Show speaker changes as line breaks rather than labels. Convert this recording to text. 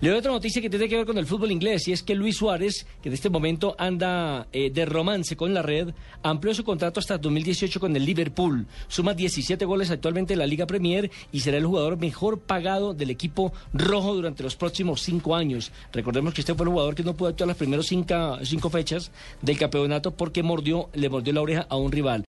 Le doy otra noticia que tiene que ver con el fútbol inglés y es que Luis Suárez, que en este momento anda eh, de romance con la red, amplió su contrato hasta 2018 con el Liverpool. Suma 17 goles actualmente en la Liga Premier y será el jugador mejor pagado del equipo rojo durante los próximos cinco años. Recordemos que este fue el jugador que no pudo actuar las primeras cinco, cinco fechas del campeonato porque mordió, le mordió la oreja a un rival.